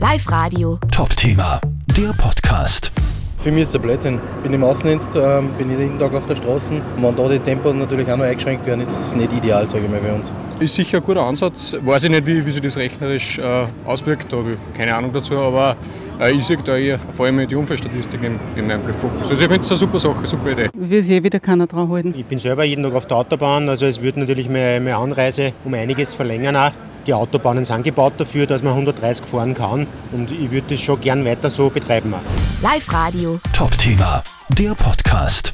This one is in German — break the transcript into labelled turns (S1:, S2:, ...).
S1: Live Radio.
S2: Top-Thema, der Podcast.
S3: Für mich ist der Blödsinn. Bin im Außendienst, ähm, bin jeden Tag auf der Straße. Und wenn da die Tempo natürlich auch noch eingeschränkt werden, ist nicht ideal, sage ich mal, für uns.
S4: Ist sicher ein guter Ansatz. Weiß ich nicht, wie, wie sich das rechnerisch äh, auswirkt, da habe ich keine Ahnung dazu, aber äh, ich sehe da eher vor allem die Unfallstatistik in, in meinem Fokus. Also ich finde es eine super Sache, super Idee.
S5: Wird sich eh wieder keiner dran halten.
S6: Ich bin selber jeden Tag auf der Autobahn, also es wird natürlich meine, meine Anreise um einiges verlängern. Auch. Die Autobahnen sind gebaut dafür, dass man 130 fahren kann und ich würde das schon gern weiter so betreiben. Auch.
S1: Live Radio.
S2: Top-Thema, der Podcast.